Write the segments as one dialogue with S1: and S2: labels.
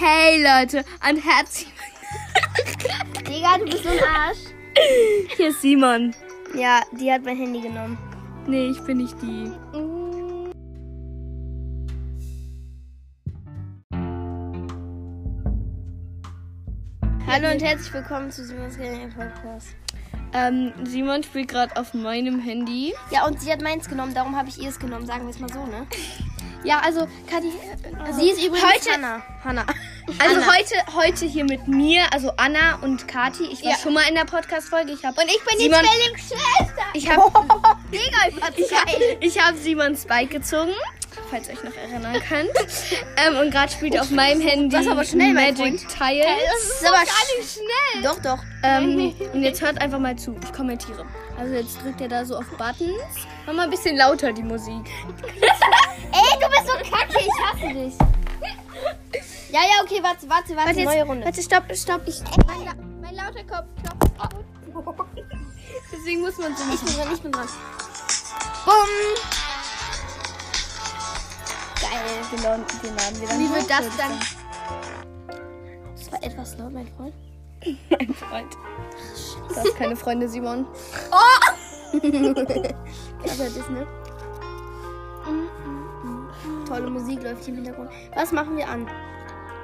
S1: Hey Leute und herzlich
S2: Digga, du bist so ein Arsch.
S1: Hier ist Simon.
S2: Ja, die hat mein Handy genommen.
S1: Nee, ich bin nicht die.
S2: Hallo und herzlich willkommen zu Simons Gaming Podcast.
S1: Ähm, Simon spielt gerade auf meinem Handy.
S2: Ja, und sie hat meins genommen, darum habe ich ihr es genommen, sagen wir es mal so, ne?
S1: Ja, also Kadi.
S2: Oh. Sie ist übrigens
S1: Heute-
S2: Hannah. Hannah.
S1: Also heute, heute hier mit mir, also Anna und Kati. Ich war
S2: Ja.
S1: schon mal in der Podcast-Folge. Ich habe
S2: Und ich bin
S1: Simon-
S2: die Zwillingsschwester.
S1: ich hab,
S2: Digga, ich war
S1: ich hab,
S2: zwei.
S1: ich hab Simons Bike gezogen, falls ihr euch noch erinnern könnt. ähm, und gerade spielt auf meinem Handy
S2: warst aber schnell, mein
S1: Magic
S2: Freund.
S1: Tiles.
S2: ist aber gar nicht schnell. Doch, doch.
S1: Ähm, und jetzt hört einfach mal zu. Ich kommentiere. Also jetzt drückt ihr da so auf Buttons. Mach mal ein bisschen lauter die Musik.
S2: Ey, du bist so kacke, ich hasse dich. Ja, ja, okay, warte, warte, warte,
S1: jetzt-
S2: neue Runde.
S1: Warte, stopp, stopp. Ich,
S2: Mein, La- mein lauter Kopf klopft.
S1: deswegen muss man so
S2: Ich
S1: machen.
S2: bin dran, ich bin dran. Bumm. Geil.
S1: Wir laden, wir laden, wir laden.
S2: Wie wird das dann? Das war etwas laut, mein Freund.
S1: Mein Freund. Du hast keine Freunde, Simon.
S2: Das war das, ne? Tolle Musik läuft hier im Hintergrund. Was machen wir an?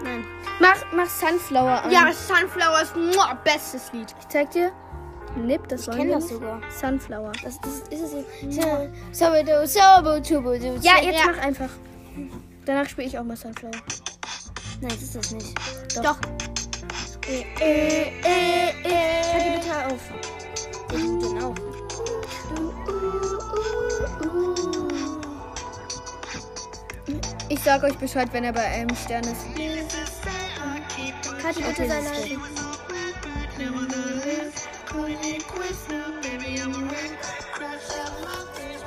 S2: Nein.
S1: Mach, mach Sunflower an.
S2: Sunflowers, bestes Lied.
S1: Ich zeig dir. Nip, das
S2: Ich
S1: wollen
S2: kenne
S1: wir
S2: das
S1: nicht.
S2: sogar.
S1: Sunflower.
S2: Das, das ist es. Ja. So, so, so, so, so, so.
S1: Ja, jetzt mach einfach. Danach spiele ich auch mal Sunflower.
S2: Nein, das ist das nicht.
S1: Doch.
S2: Äh, äh, äh, äh.
S1: Hör die bitte auf.
S2: Den, den auch.
S1: Ich sag euch Bescheid, wenn er bei einem Stern ist.
S2: Kathi, bitte
S1: Okay,
S2: sei
S1: das ist
S2: leise.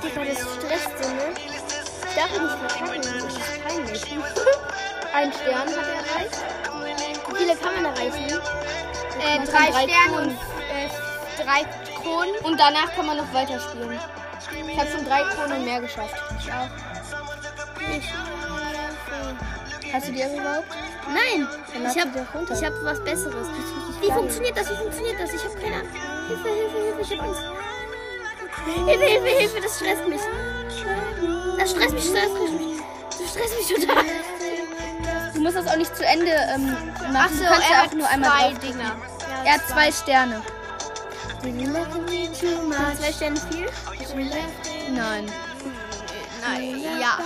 S2: Digga, das stresst so, ne? Ich darf ihn nicht verkacken, das ist peinlich.
S1: Ein Stern?
S2: Hat er erreicht? Wie viele kann man erreichen?
S1: Äh,
S2: drei Sterne und,
S1: äh, drei Kronen. Und danach kann man noch weiterspielen. Ich habe schon drei Kronen mehr geschafft.
S2: Ich auch.
S1: Hast du die überhaupt?
S2: Nein,
S1: Dann lad
S2: ich
S1: sie doch
S2: habe
S1: runter.
S2: ich hab was Besseres. Wie funktioniert das? Wie funktioniert das? Ich habe keine Ahnung. Hilfe, Hilfe, Hilfe, ich hab Angst. Hilfe, Hilfe, Hilfe, das stresst mich. Das stresst mich, stresst mich. Das stresst mich total.
S1: Du musst das auch nicht zu Ende ähm, machen. du kannst ja auch nur einmal drauf.
S2: Dinger.
S1: Er hat zwei Sterne.
S2: Zwei Sterne viel?
S1: Nein.
S2: Nein, ja.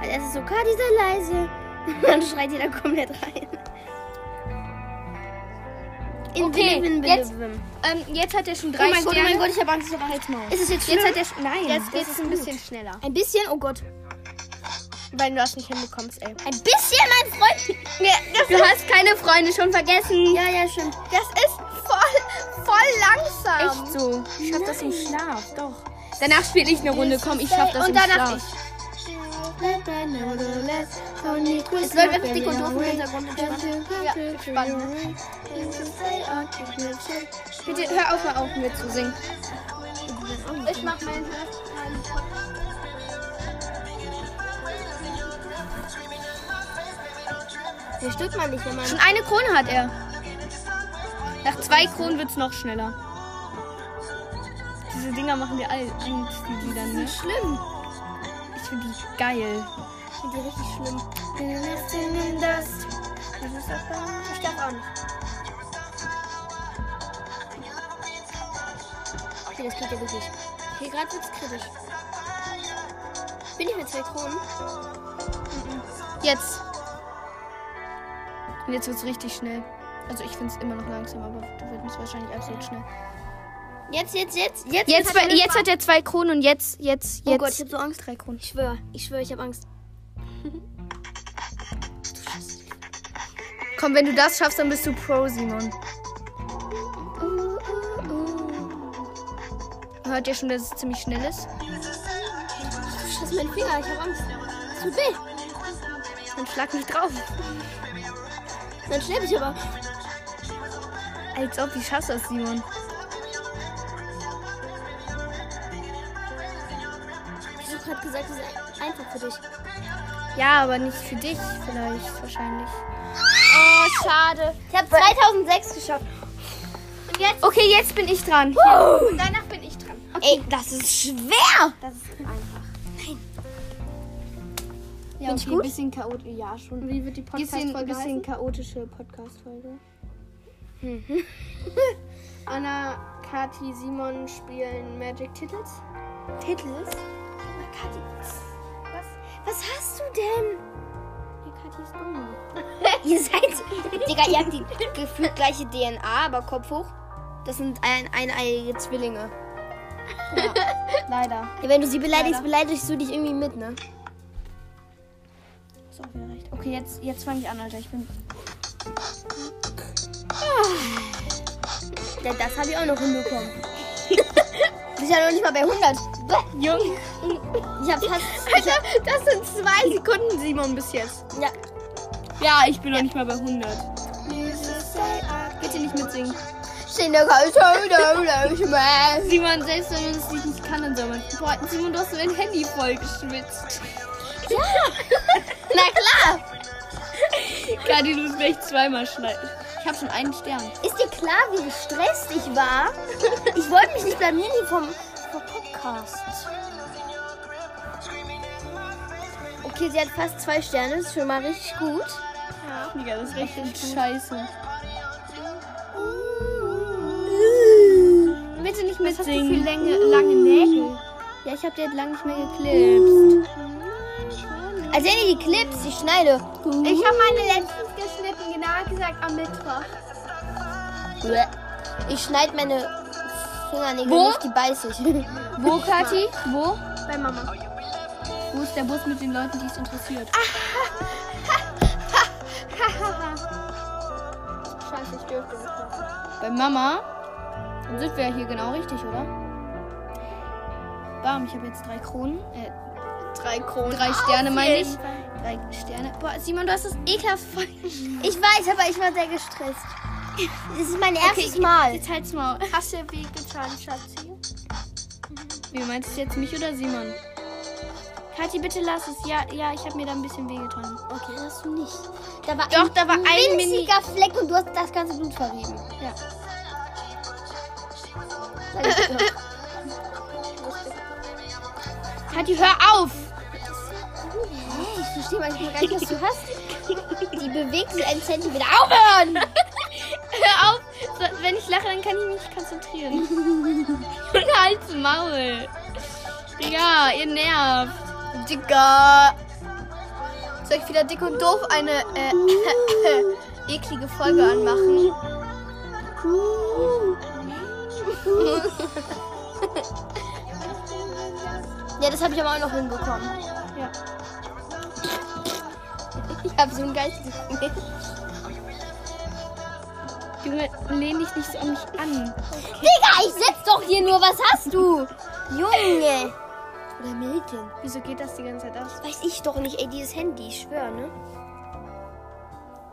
S2: Als erstes so, Kadi, sei leise. Und dann schreit jeder komplett rein. In
S1: Okay,
S2: Belieben,
S1: jetzt-
S2: Belieben.
S1: Ähm, jetzt hat er schon
S2: Oh
S1: drei
S2: mein Gott, oh
S1: Sterne.
S2: mein Gott, ich habe Angst, ich habe Angst. Ist es jetzt schlimm?
S1: jetzt hat er schon. Nein,
S2: Jetzt geht's ein bisschen
S1: schneller.
S2: Ein bisschen, oh Gott.
S1: Weil du das nicht hinbekommst, ey.
S2: Ein bisschen, mein Freund.
S1: Du hast keine Freunde schon vergessen.
S2: Ja, ja, stimmt. Das ist voll, voll langsam.
S1: Echt so.
S2: Ich schaff das im Schlaf, doch.
S1: Danach spiele ich eine Runde. Komm, ich schaff das
S2: Und
S1: im
S2: danach
S1: Schlaf.
S2: ich. Es läuft einfach dick und doof im Hintergrund.
S1: Ja, spannend. Bitte hör auf, mal auf mir zu singen.
S2: Ich mach meinen Hörst. Hier stört man nicht, wenn man.
S1: Schon eine Krone hat er. Nach zwei Kronen wird's noch schneller. Diese Dinger machen dir all Angst, die die dann. Ne?
S2: Schlimm.
S1: Ich finde die geil.
S2: Ich finde die richtig schlimm. Ich darf auch nicht. Okay, das geht ja wirklich. Hier gerade wird's kritisch. Bin ich mit zwei Kronen?
S1: Mhm. Jetzt. Und jetzt wird's richtig schnell. Also ich find's immer noch langsam, aber du findest wahrscheinlich absolut schnell.
S2: Jetzt, jetzt, jetzt, jetzt.
S1: Jetzt,
S2: hat er
S1: jetzt hat er zwei Kronen und jetzt, jetzt, jetzt.
S2: Oh Gott, ich hab so Angst.
S1: drei Kronen.
S2: Ich schwöre, ich schwöre, ich habe Angst.
S1: Komm, wenn du das schaffst, dann bist du Pro, Simon. Hört ihr schon, dass es ziemlich schnell ist?
S2: Das ist mein Finger, ich habe Angst. Das tut weh.
S1: Dann schlag mich drauf.
S2: Dann sterbe ich aber.
S1: Als ob, wie schaffst du das, Simon?
S2: hat gesagt, es ist ein- einfach für dich.
S1: Ja, aber nicht für dich vielleicht wahrscheinlich.
S2: Oh, schade. Ich habe 2006 geschafft. Und jetzt?
S1: Okay, jetzt bin ich dran.
S2: Wow.
S1: Und danach bin ich dran.
S2: Ey, das ist schwer. Das ist einfach.
S1: Ja,
S2: Bin ich gut?
S1: bisschen chaotisch. Ja, schon. Wie wird die Podcast-Folge
S3: Bisschen- bisschen
S1: chaotische Podcast-Folge. Mhm. Anna, Kati, Simon spielen Magic Titles.
S2: Titels? Kathi. Was? Was hast du denn?
S1: Die Kati ist dumm.
S2: ihr seid. Digga, ihr habt die gefühlt gleiche DNA, aber Kopf hoch. Das sind ein, eineiige Zwillinge.
S1: Leider.
S2: Ja, wenn du sie beleidigst, beleidigst du dich irgendwie mit, ne?
S1: Ist auch wieder recht. Okay, jetzt, jetzt fange ich an, Alter. Ich bin.
S2: Ja, das habe ich auch noch hinbekommen. Du bist ja
S1: Äh,
S2: noch nicht mal bei 100.
S1: Jung.
S2: Ich habe fast. Ich
S1: Alter, das sind zwei Sekunden, Simon, bis jetzt.
S2: hab, ja.
S1: Ja, ich bin noch nicht mal bei 100. Bitte nicht mitsingen.
S2: Stehen der Kalsche,
S1: Simon, selbst wenn man es nicht- nicht kann, dann soll man. Boah, Simon, du hast mein Handy voll geschwitzt.
S2: Na klar.
S1: Kati, du musst gleich zweimal schneiden. Ich habe schon einen Stern.
S2: Ist dir klar, wie gestresst ich war? Ich wollte mich nicht blamieren hier vom, vom Podcast. Okay, sie hat fast zwei Sterne. Das ist schon mal richtig gut.
S1: Ja. Digga, das ist richtig scheiße.
S2: Äh.
S1: Bitte nicht mitsingen. Was hast du für lange, lange Nägel?
S2: Ja, ich habe dir jetzt lange nicht mehr
S1: Clips.
S2: Also wenn ihr die Clips, die schneide.
S1: Ich habe meine letztens geschnitten, genau gesagt am Mittwoch.
S2: Ich schneide meine Fingernägel
S1: Wo?
S2: nicht, die beiße ich.
S1: Wo, Kati? Wo?
S3: Bei Mama.
S1: Wo ist der Bus mit den Leuten, die es interessiert?
S3: Scheiße, ich dürfte nicht machen.
S1: Bei Mama. Dann sind wir ja hier genau richtig, oder? Bam, ich habe jetzt drei Kronen. Äh,
S3: Drei Kronen.
S1: drei Sterne meine ich.
S3: jeden
S1: Drei Sterne. Boah, Simon, du hast das ekelhaft voll.
S2: Ich weiß, aber ich war sehr gestresst. Das ist mein erstes Mal.
S1: Jetzt halt's mal.
S3: Hast du wehgetan, Schatzi?
S1: Mhm. Wie meinst du jetzt mich oder Simon? Kathi, bitte lass es. Ja, ja, ich habe mir da ein bisschen wehgetan.
S2: Okay, hast du nicht. Da war
S1: Doch,
S2: ein
S1: da war ein
S2: winziger Fleck und du hast das ganze Blut verrieben.
S1: Ja.
S2: Sag
S1: Also,
S2: ich doch.
S1: Kathi, hör auf!
S2: Hä, ich verstehe manchmal gar nicht, was du hast. Die bewegt sich einen Zentimeter. Aufhören!
S1: Hör auf! So, Wenn ich lache, dann kann ich mich nicht konzentrieren. Und halt's Maul. Digga, ihr nervt.
S3: Digga. Soll ich wieder dick und doof eine äh, eklige Folge anmachen?
S2: Ja, das habe ich aber auch noch hinbekommen.
S1: Ja.
S2: Ich habe so ein geistiges Bild.
S1: Junge, lehn dich nicht so an mich an.
S2: Digga, ich sitz doch hier nur. Was hast du? Junge. Oder Mädchen.
S1: Wieso geht das die ganze Zeit aus?
S2: Weiß ich doch nicht, ey, dieses Handy, ich schwöre, ne?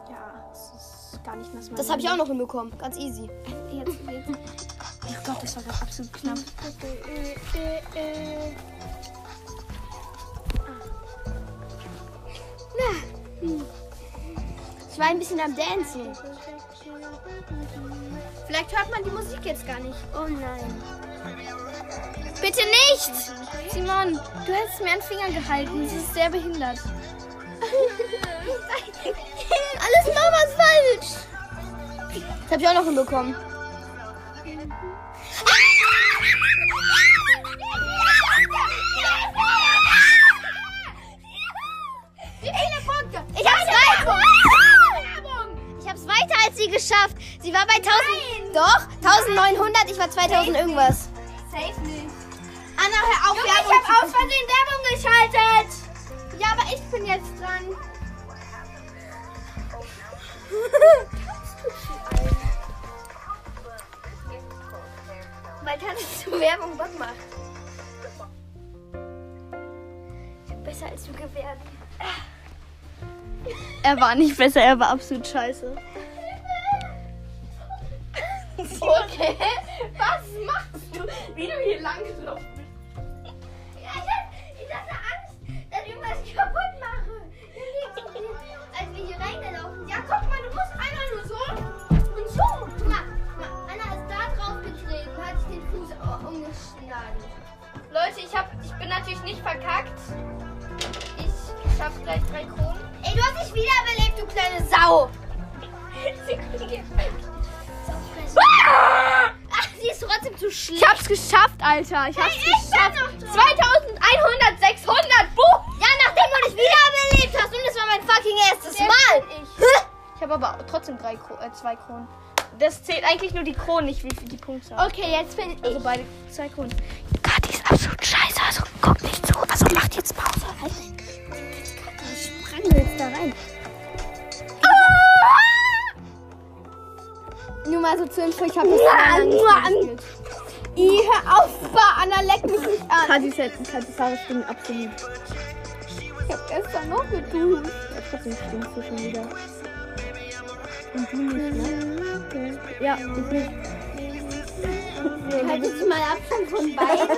S1: Ja, das ist gar nicht mehr
S2: Das habe ich auch noch hinbekommen. Ganz easy.
S1: Jetzt, jetzt. Oh Gott, das war gerade absolut knapp.
S2: Ich war ein bisschen am Dancen.
S3: Vielleicht hört man die Musik jetzt gar nicht.
S2: Oh nein.
S1: Bitte nicht! Simon, du hättest mir einen Finger gehalten. Das ist sehr behindert.
S2: Alles Mamas falsch. Das habe ich auch noch hinbekommen. Ich hab's weiter. Ich hab's weiter als sie geschafft. Sie war bei 1000. Doch, 1900. Ich war 2000 irgendwas.
S3: Safe nicht.
S2: Anna, hör auf,
S3: Junge, ich habe aus Versehen Werbung geschaltet. Ja, aber ich bin jetzt dran. Weil kann ich so Werbung Bock macht. Besser als du gewährt.
S1: Er war nicht besser, er war absolut scheiße.
S3: Okay, was machst du? Wie du hier lang gelaufen bist. Ja, ich hab, ich hab
S2: nicht kaputt mache. Hier liegt so viel, als wir hier reingelaufen sind. Ja, guck mal, du musst einmal nur so und so. Guck mal, guck mal, Anna ist da drauf getreten, hat sich den Fuß au- umgeschlagen.
S1: Leute, ich, hab, ich bin natürlich nicht verkackt. Ich schaff gleich drei Kronen.
S2: Ey, du hast dich wiederbelebt, du kleine Sau. Sau
S1: Ah!
S2: Ach, sie ist trotzdem zu schlecht.
S3: Ich hab's geschafft, Alter. Ich hab's
S2: Ich bin noch dran.
S1: 2100, 600, buch!
S2: Ja, nachdem du dich wiederbelebt hast. Und das war mein fucking erstes Mal.
S3: Ich habe aber trotzdem drei Kro äh, zwei Kronen. Das zählt eigentlich nur die Kronen, nicht wie viel die Punkte. haben.
S2: Okay, jetzt bin ich.
S3: Also beide zwei Kronen.
S2: Kathi ist absolut scheiße, also guck nicht zu. Also macht jetzt Pause. Ich sprang jetzt da rein. Ah!
S3: Nur mal so zur Info, ich habe das lange nicht mehr gespielt. Ich hör auf, Anna, leck mich nicht an. Katis hätten, Katis Haare stimmen absolut. Ich hab gestern noch geduscht. Ja, trotzdem stimmst du schon wieder. Und du nicht, ne? Ja, ich nicht.
S2: Haltet sie mal Abstand von beiden.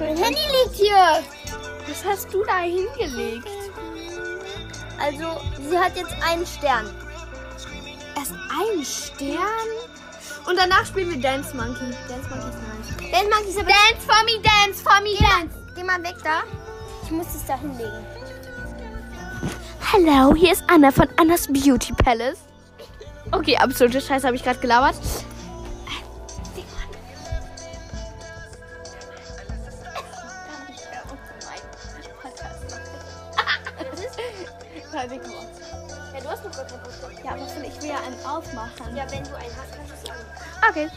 S2: mein Handy liegt hier.
S1: Was hast du da hingelegt?
S2: Also, sie hat jetzt einen Stern.
S3: Erst ein Stern? Und danach spielen wir Dance Monkey. Dance Monkey ist nice.
S2: Dance Monkey ist aber...
S1: Dance for me, dance for me, dance!
S2: Geh mal weg da. Ich muss es da hinlegen.
S1: Hallo, hier ist Anna von Annas Beauty Palace. Okay, absolute Scheiße habe ich gerade gelabert.
S3: Ja, du hast noch gar kein Ja, aber ich will ja einen aufmachen.
S2: Ja, wenn du einen hast, kannst du es sagen.
S1: Okay.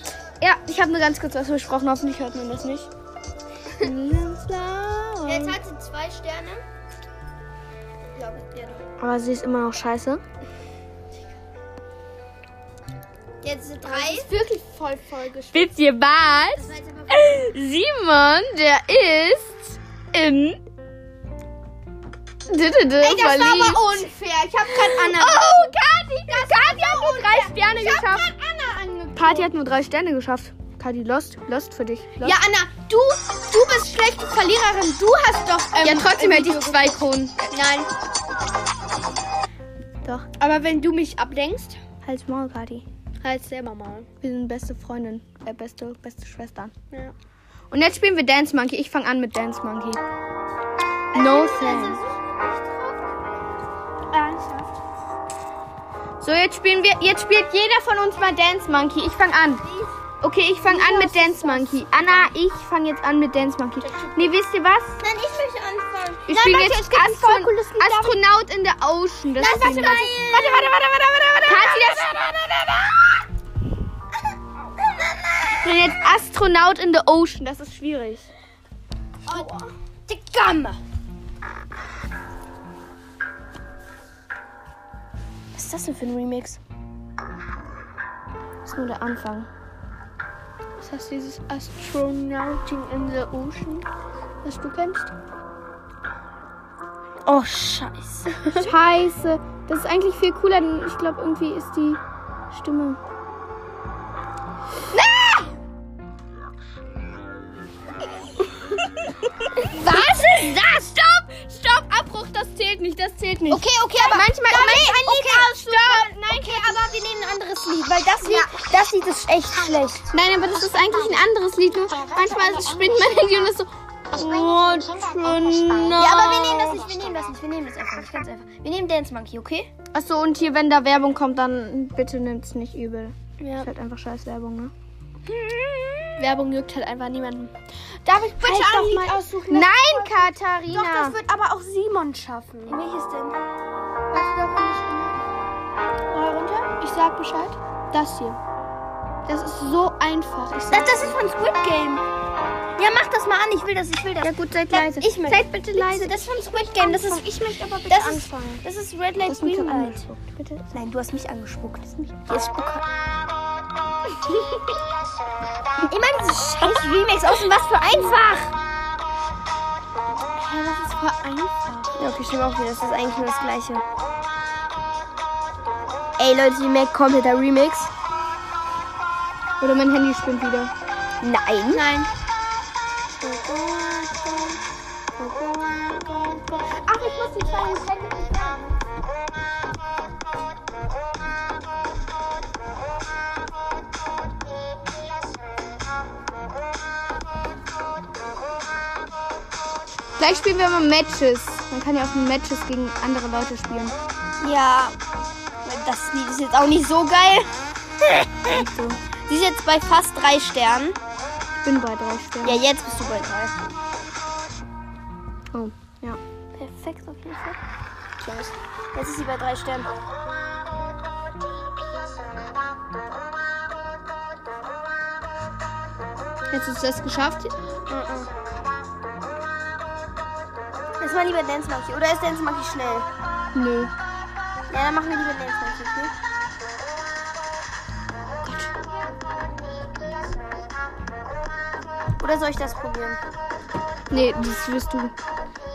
S1: Ja, ich habe nur ganz kurz was versprochen. Hoffentlich hört man das nicht. Ähm.
S2: Jetzt hat sie zwei Sterne. Ich glaube, ja, doch.
S1: Aber sie ist immer noch scheiße.
S2: Jetzt sind drei.
S3: Ist wirklich voll voll gespielt.
S1: Wisst ihr was?
S2: Das war jetzt aber-
S1: Simon, der ist in. Dödödö
S3: Ey, das war
S1: verliebt.
S3: aber unfair. Ich hab grad Anna.
S1: Oh, Kati! Kati hat nur drei Sterne geschafft.
S3: Anna angeguckt.
S1: Kati hat nur drei Sterne geschafft. Kati, Lost. Lost für dich. Lost.
S3: Ja, Anna, du, du bist schlecht die Verliererin. Du hast doch. Ähm,
S1: Ja, trotzdem
S3: ein
S1: hätte ich
S3: Video
S1: zwei Kronen.
S3: ge- Nein.
S1: Doch.
S3: Aber wenn du mich ablenkst,
S1: Halt's Maul, Kati.
S3: halt selber mal.
S1: Wir sind beste Freundin. Äh, beste, beste Schwestern.
S3: Ja.
S1: Und jetzt spielen wir Dance Monkey. Ich fange an mit Dance Monkey.
S3: Also,
S1: No thanks.
S3: Ernsthaft?
S1: So, jetzt spielen wir. Jetzt spielt jeder von uns mal Dance Monkey. Ich fange an. Okay, ich fange an mit Dance Monkey. Anna, ich fange jetzt an mit Dance Monkey. Nee, wisst ihr was?
S2: Nein, ich möchte anfangen.
S1: Wir spielen
S3: warte,
S1: jetzt
S3: es gibt ein voll
S1: Astron
S3: cooles Lied, darf
S1: Astronaut in der Ocean. Das ist
S3: warte,
S1: ein-
S3: warte,
S1: warte, warte, warte, warte, warte, warte. Kannst du das? Ich bin jetzt Astronaut in the Ocean. Das ist schwierig.
S3: Die Gamme.
S1: Was ist das denn für ein Remix? Das ist nur der Anfang. Ist das dieses Astronauting in the Ocean, was du kennst?
S3: Oh, scheiße.
S1: Scheiße. Das ist eigentlich viel cooler, denn ich glaube, irgendwie ist die Stimme.
S3: Was ist das? Stopp!
S1: Stopp, Abbruch, das zählt nicht, das zählt nicht.
S3: Okay, okay, aber
S1: Manchmal-
S3: Darf
S1: Moment,
S3: ich ein Lied
S1: okay,
S3: aussuchen? Nein, okay, aber wir nehmen ein anderes Lied, weil das Lied, das Lied ist echt schlecht.
S1: Oh, Nein, aber das ist eigentlich ein anderes Lied. Nur manchmal springt mein Handy und ist so. Astronaut.
S2: Ja, aber wir nehmen das nicht, wir nehmen das nicht, wir nehmen das einfach nicht, ganz einfach. Wir nehmen Dance Monkey, okay?
S1: Achso, und hier, wenn da Werbung kommt, dann bitte nimmt's nicht übel.
S3: Ja.
S1: Ist halt einfach scheiß Werbung, ne?
S3: Werbung juckt halt einfach niemanden. Darf ich bitte
S1: Halt
S3: ein
S1: doch
S3: Lied
S1: mal-
S3: aussuchen?
S1: Nein,
S3: Doch,
S1: Katharina!
S3: das wird aber auch Simon schaffen.
S2: Welches denn? Hast du doch nicht.
S3: Oder runter? Ich sag Bescheid. Das hier. Das ist so einfach. Ich
S2: Das,
S3: sag
S2: das ist von Squid Game. Ja, mach das mal an, ich will das, ich will das.
S1: Ja gut, seid
S2: Ja,
S1: leise.
S2: ich möchte.
S1: seid bitte leise.
S2: Das ist von Squid Game, das ist. Ich möchte aber bitte das
S3: anfangen.
S2: Ist, das ist Red Light
S1: Das wird
S2: Green Light.
S1: angespuckt. Bitte.
S2: Nein, du hast mich angespuckt. Hier ist Spucker. Immer dieses scheiß Remix aus dem was für einfach.
S3: Hä, das ist voll einfach.
S2: Ja, okay, stimmt auch wieder. Das ist eigentlich nur das gleiche. Ey Leute, ihr merkt kompletter Remix.
S1: Oder mein Handy spinnt wieder.
S2: Nein.
S3: Nein. die kleinen Flecken nicht an.
S1: Gleich spielen wir mal Matches. Man kann ja auch Matches gegen andere Leute spielen.
S2: Ja. Das Lied ist jetzt auch nicht so geil. Sie ist jetzt bei fast drei Sternen.
S1: Ich bin bei drei Sternen.
S2: Ja, jetzt bist du bei drei.
S1: Oh, ja.
S2: Perfekt auf jeden Fall. Close. Jetzt ist sie bei drei Sternen.
S1: Hättest du das geschafft?
S2: Mhm. Lass mal lieber Dance Monkey. Oder ist Dance Monkey schnell?
S1: Nö.
S2: Ja, dann machen wir lieber Dance Monkey, okay? Oder soll ich das probieren?
S1: Nee, das wirst du.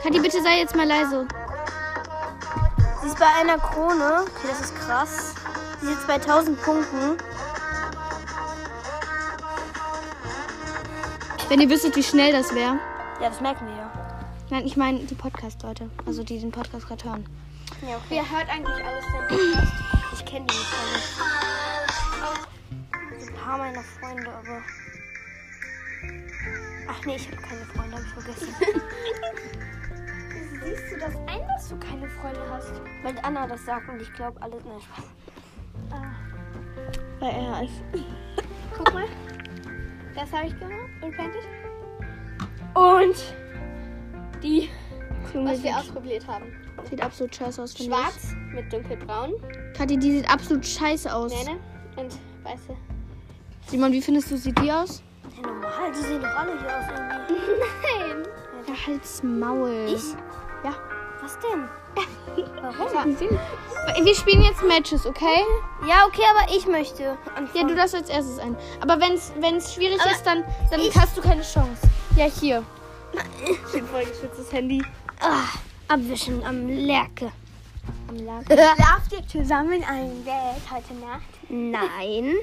S1: Kathi, bitte sei jetzt mal leise.
S2: Sie ist bei einer Krone. Okay, das ist krass. Sie ist jetzt bei 1000 Punkten.
S1: Wenn ihr wüsstet, wie schnell das wäre.
S2: Ja, das merken wir ja.
S1: Nein, ich meine die Podcast-Leute. Also die den Podcast gerade hören.
S2: Ja, okay.
S3: Wer hört eigentlich alles denn?
S2: Ich kenne die nicht alle. Ein paar meiner Freunde, aber. Ach nee, ich habe keine Freunde, habe ich vergessen.
S3: Siehst du das ein, dass du keine Freunde hast?
S2: Weil Anna das sagt und ich glaube alles. Nein, Spaß. Ah.
S1: Weil er ist.
S3: Guck mal. Das habe ich gemacht und fertig.
S2: Und
S3: Die, was wir
S1: Junge,
S3: ausprobiert haben.
S1: die sieht absolut scheiße aus. finde
S3: Schwarz mit dunkelbraun.
S1: Ich. Kathi, die sieht absolut scheiße aus.
S3: Nene ne? und weiße.
S1: Simon, wie findest du, sieht die aus?
S2: ja, normal, die sehen doch alle hier aus irgendwie.
S3: Nein.
S1: Ja, halt's Maul.
S2: Ich?
S1: Ja.
S2: Was denn? Warum?
S1: Wir spielen jetzt Matches, okay?
S2: Ja, okay, aber ich möchte.
S1: Ja, du darfst als erstes ein. Aber wenn es schwierig
S3: Aber
S1: ist, dann, dann hast du keine Chance. Ja, hier. Ich bin voll geschütztes Handy.
S2: Ah, abwischen am Lerke.
S1: Am Lager.
S3: Schlaft ihr zusammen ein Bett heute Nacht?
S2: Nein.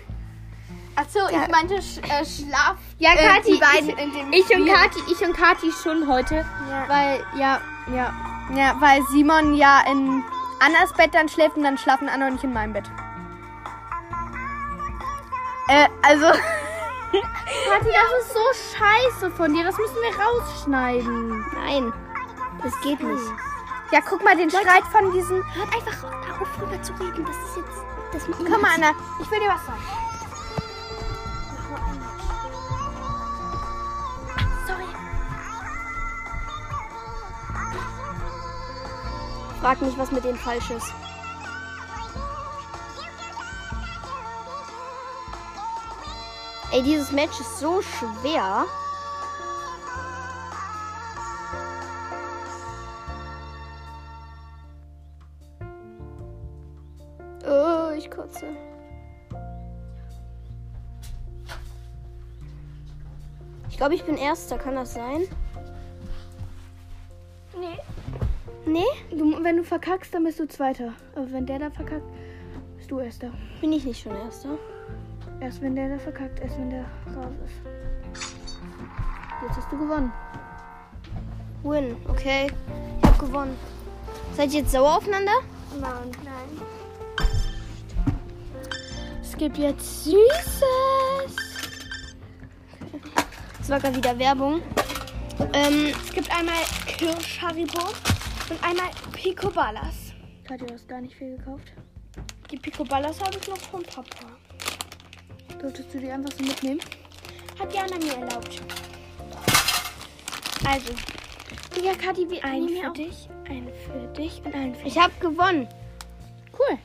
S3: Achso, ich meinte sch äh, Schlaf.
S1: Ja,
S3: Äh,
S1: Kathi,
S3: die beiden,
S1: ich,
S3: in dem
S1: ich und
S3: wir-
S1: Kathi, ich und Kathi schon heute.
S2: Ja.
S1: Weil, ja, ja.
S2: Ja, weil Simon ja in Annas Bett dann schläft und dann schlafen Anna und ich in meinem Bett. Äh, also.
S1: Kathi, das ist so scheiße von dir. Das müssen wir rausschneiden.
S2: Nein, das geht nicht. Ja, guck mal den Streit von diesen.
S3: Hört einfach auf, drüber zu reden. Das ist jetzt. Das macht
S2: Komm mal, Anna, ich will dir was sagen.
S3: Sorry.
S2: Frag mich, was mit denen falsch ist. Ey, dieses Match ist so schwer. Oh, ich kotze. Ich glaube, ich bin Erster, kann das sein?
S3: Nee.
S2: Nee?
S1: Du, wenn du verkackst, dann bist du Zweiter. Aber wenn der da verkackt, bist du Erster.
S2: Bin ich nicht schon Erster?
S1: Erst wenn der da verkackt, erst wenn der raus ist. Jetzt hast du gewonnen.
S2: Win, okay. Ich hab gewonnen. Seid ihr jetzt sauer aufeinander?
S3: Nein. Nein.
S2: Es gibt jetzt Süßes. Das war gerade wieder Werbung. Ähm,
S3: Es gibt einmal Kirsch-Haribo und einmal Picoballas.
S1: Kathi, du hast gar nicht viel gekauft.
S3: Die Picoballas habe ich noch vom Papa.
S1: Solltest du die einfach so mitnehmen?
S3: Hat die Anna mir erlaubt. Also. Ja, Kathi, wir einen für dich, einen für dich und einen für
S2: ich hab gewonnen.
S1: Cool.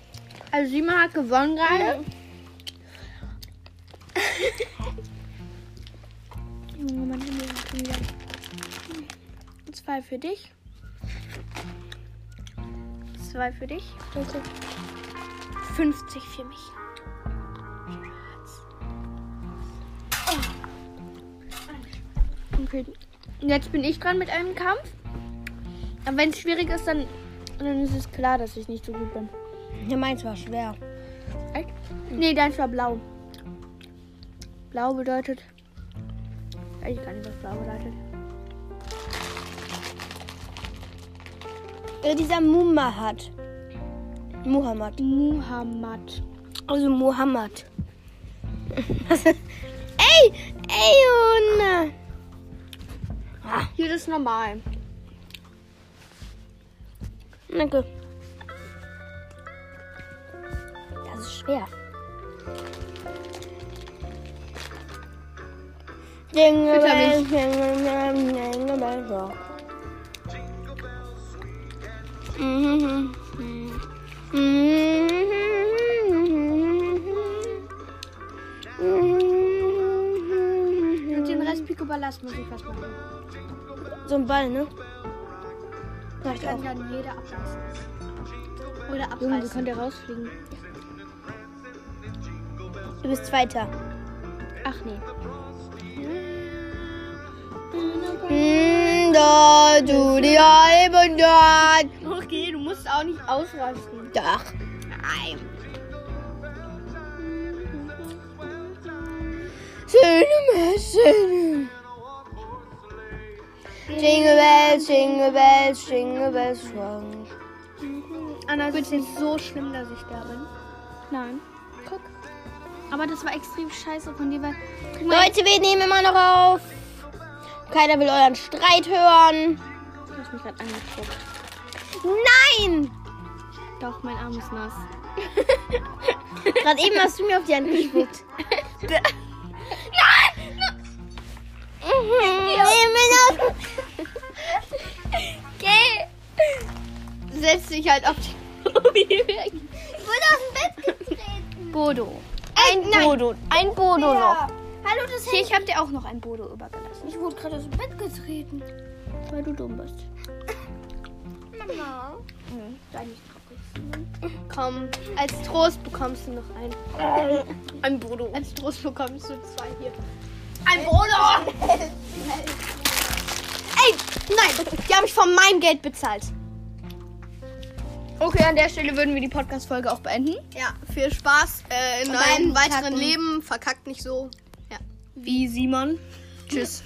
S1: Also Simon hat gewonnen gerade. Junge, meine Hände sind schon wieder. Zwei für dich. Zwei für dich.
S3: 50 für mich.
S1: Okay. Jetzt bin ich dran mit einem Kampf. Aber wenn es schwierig ist, dann, dann ist es klar, dass ich nicht so gut bin.
S2: Ja, meins war schwer.
S1: Nee, deins war blau. Blau bedeutet.
S2: Oh,
S1: Weiß ich gar nicht, was blau bedeutet.
S2: Äh, dieser Muhammad. Muhammad.
S1: Muhammad.
S2: Also Muhammad. ey! Ey, Junge!
S1: Hier das ist normal.
S2: Danke. Das ist schwer. Jingle
S1: Fütter
S2: bells,
S1: mich.
S2: jingle bells, jingle bells rock. Mhm.
S1: Und den Rest Pico Ballast muss ich was machen.
S2: So ein Ball, ne?
S1: Das kann dann jeder abreißen. Oder abreißen. Junge, könnt ihr rausfliegen.
S2: Du bist Zweiter.
S1: Ach nee.
S2: Hm, Da, du, die halben dort.
S1: Okay, du musst auch nicht ausrasten.
S2: Doch. Schöne Messe. Jingle bells, jingle bells, jingle bells rock.
S1: Anna, es ist jetzt so schlimm, dass ich da bin. Nein. Guck. Aber das war extrem scheiße von dir, weil. Guck mal,
S2: Leute, wir nehmen immer noch auf. Keiner will euren Streit hören.
S1: du hast mich gerade angeguckt.
S2: Nein!
S1: Doch, mein Arm ist nass.
S2: Gerade eben hast du mir auf die Hand gespuckt. Nein! Nein!
S1: Geh! Setz dich halt auf die.
S4: Ich wurde aus dem Bett getreten.
S1: Bodo.
S2: Ein Bodo. Ein Bodo noch.
S4: Hallo, das
S1: Hier, ich hab dir auch noch ein Bodo übergelassen.
S4: Ich wurde gerade aus dem Bett getreten.
S2: Weil du dumm bist.
S4: Mama.
S1: Komm, als Trost bekommst du noch einen.
S4: Ähm,
S1: Ein Bodo. Als Trost bekommst du zwei hier.
S3: Ein Bruder!
S1: Ey, nein, die haben mich von meinem Geld bezahlt. Okay, an der Stelle würden wir die Podcast-Folge auch beenden.
S3: Ja, viel Spaß äh, in
S1: Und
S3: deinem
S1: beim
S3: weiteren
S1: Kacken.
S3: Leben. Verkackt nicht so.
S1: Wie Simon. Tschüss.